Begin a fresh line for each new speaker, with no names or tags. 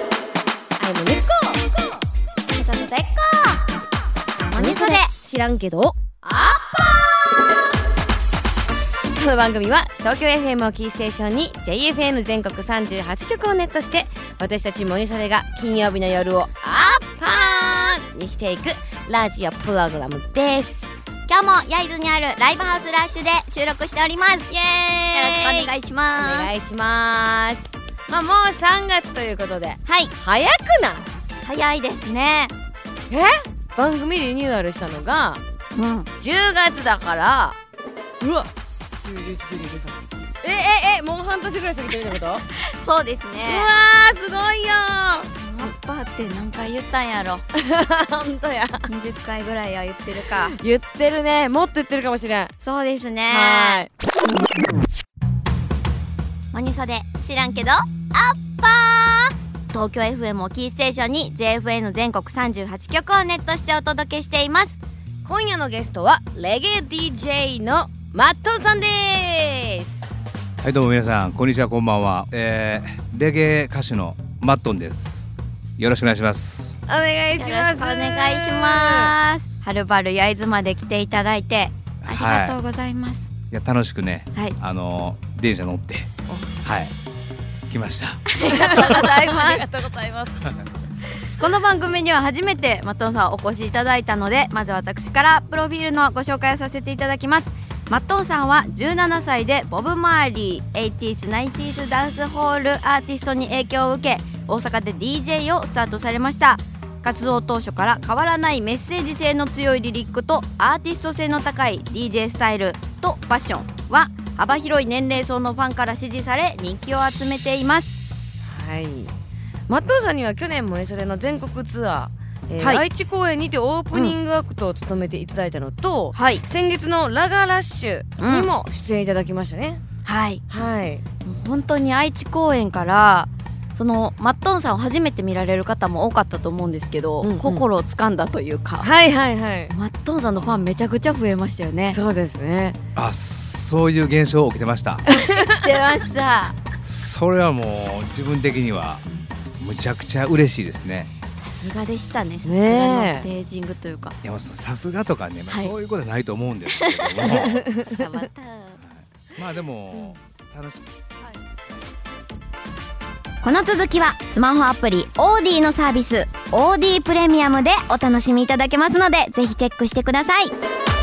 さいの根っこ
ちょちょちょでっこ
何それ知らんけど
アッ
この番組は東京 FM をキーステーションに JFN 全国38局をネットして私たちモニソレが金曜日の夜をアッパーンにしていくラジオプログラムです
今日も焼津にあるライブハウスラッシュで収録しておりますよ
イエーイ
ろしくお願いします
お願いしますまあもう3月ということで
はい
早くない
早いですね
え番組リニューアルしたのが
うん
10月だからうわえええもう半年ぐらい過ぎてるってことうわ
そうですね
ーすごいよ
アッパーって何回言ったんや ろ
本当や
20回ぐらいは言ってるか
言ってるねもっと言ってるかもしれん
そうですね
はい
モニソで知らんけどアッパー東京 FM をキーステーションに JFN 全国38局をネットしてお届けしています
今夜のゲストはレゲエ DJ のマットンさんです
はいどうも皆さんこんにちはこんばんは、えー、レゲエ歌手のマットンですよろしくお願いします
お願いします
よろしくお願いしますはるばる焼津まで来ていただいてありがとうございます
いや楽しくね
はい、
あのー電車乗ってはい来ました
ありがとうございます
とうございます
この番組には初めてマットンさんお越しいただいたのでまず私からプロフィールのご紹介をさせていただきますマットンさんは17歳でボブ・マーリー 80s、90s ダンスホールアーティストに影響を受け大阪で DJ をスタートされました活動当初から変わらないメッセージ性の強いリリックとアーティスト性の高い DJ スタイルとファッションは幅広い年齢層のファンから支持され人気を集めています
はいマットンさんには去年モニソレの全国ツアー、えー
はい
愛知公演にてオープニングアクトを務めていただいたのと、
はい
先月のラガラッシュにも出演いただきましたね、
はい
はい
もう本当に愛知公演からそのマットンさんを初めて見られる方も多かったと思うんですけど、
うんうん
心を掴んだというか、
はいはいはい
マットンさんのファンめちゃくちゃ増えましたよ ね
そうですね
あそういう現象起きてました
出ました
それはもう自分的にはむちゃくちゃ嬉しいですね
さすがでしたねさすが
ねえ
のステージング というか
いやもうさすがとかね、まあ、
はい
そういうことはないと思うんですけ ども、はい
また
まあでも楽しく
この続きはスマホアプリオーディのサービスオーディプレミアムでお楽しみいただけますのでぜひチェックしてください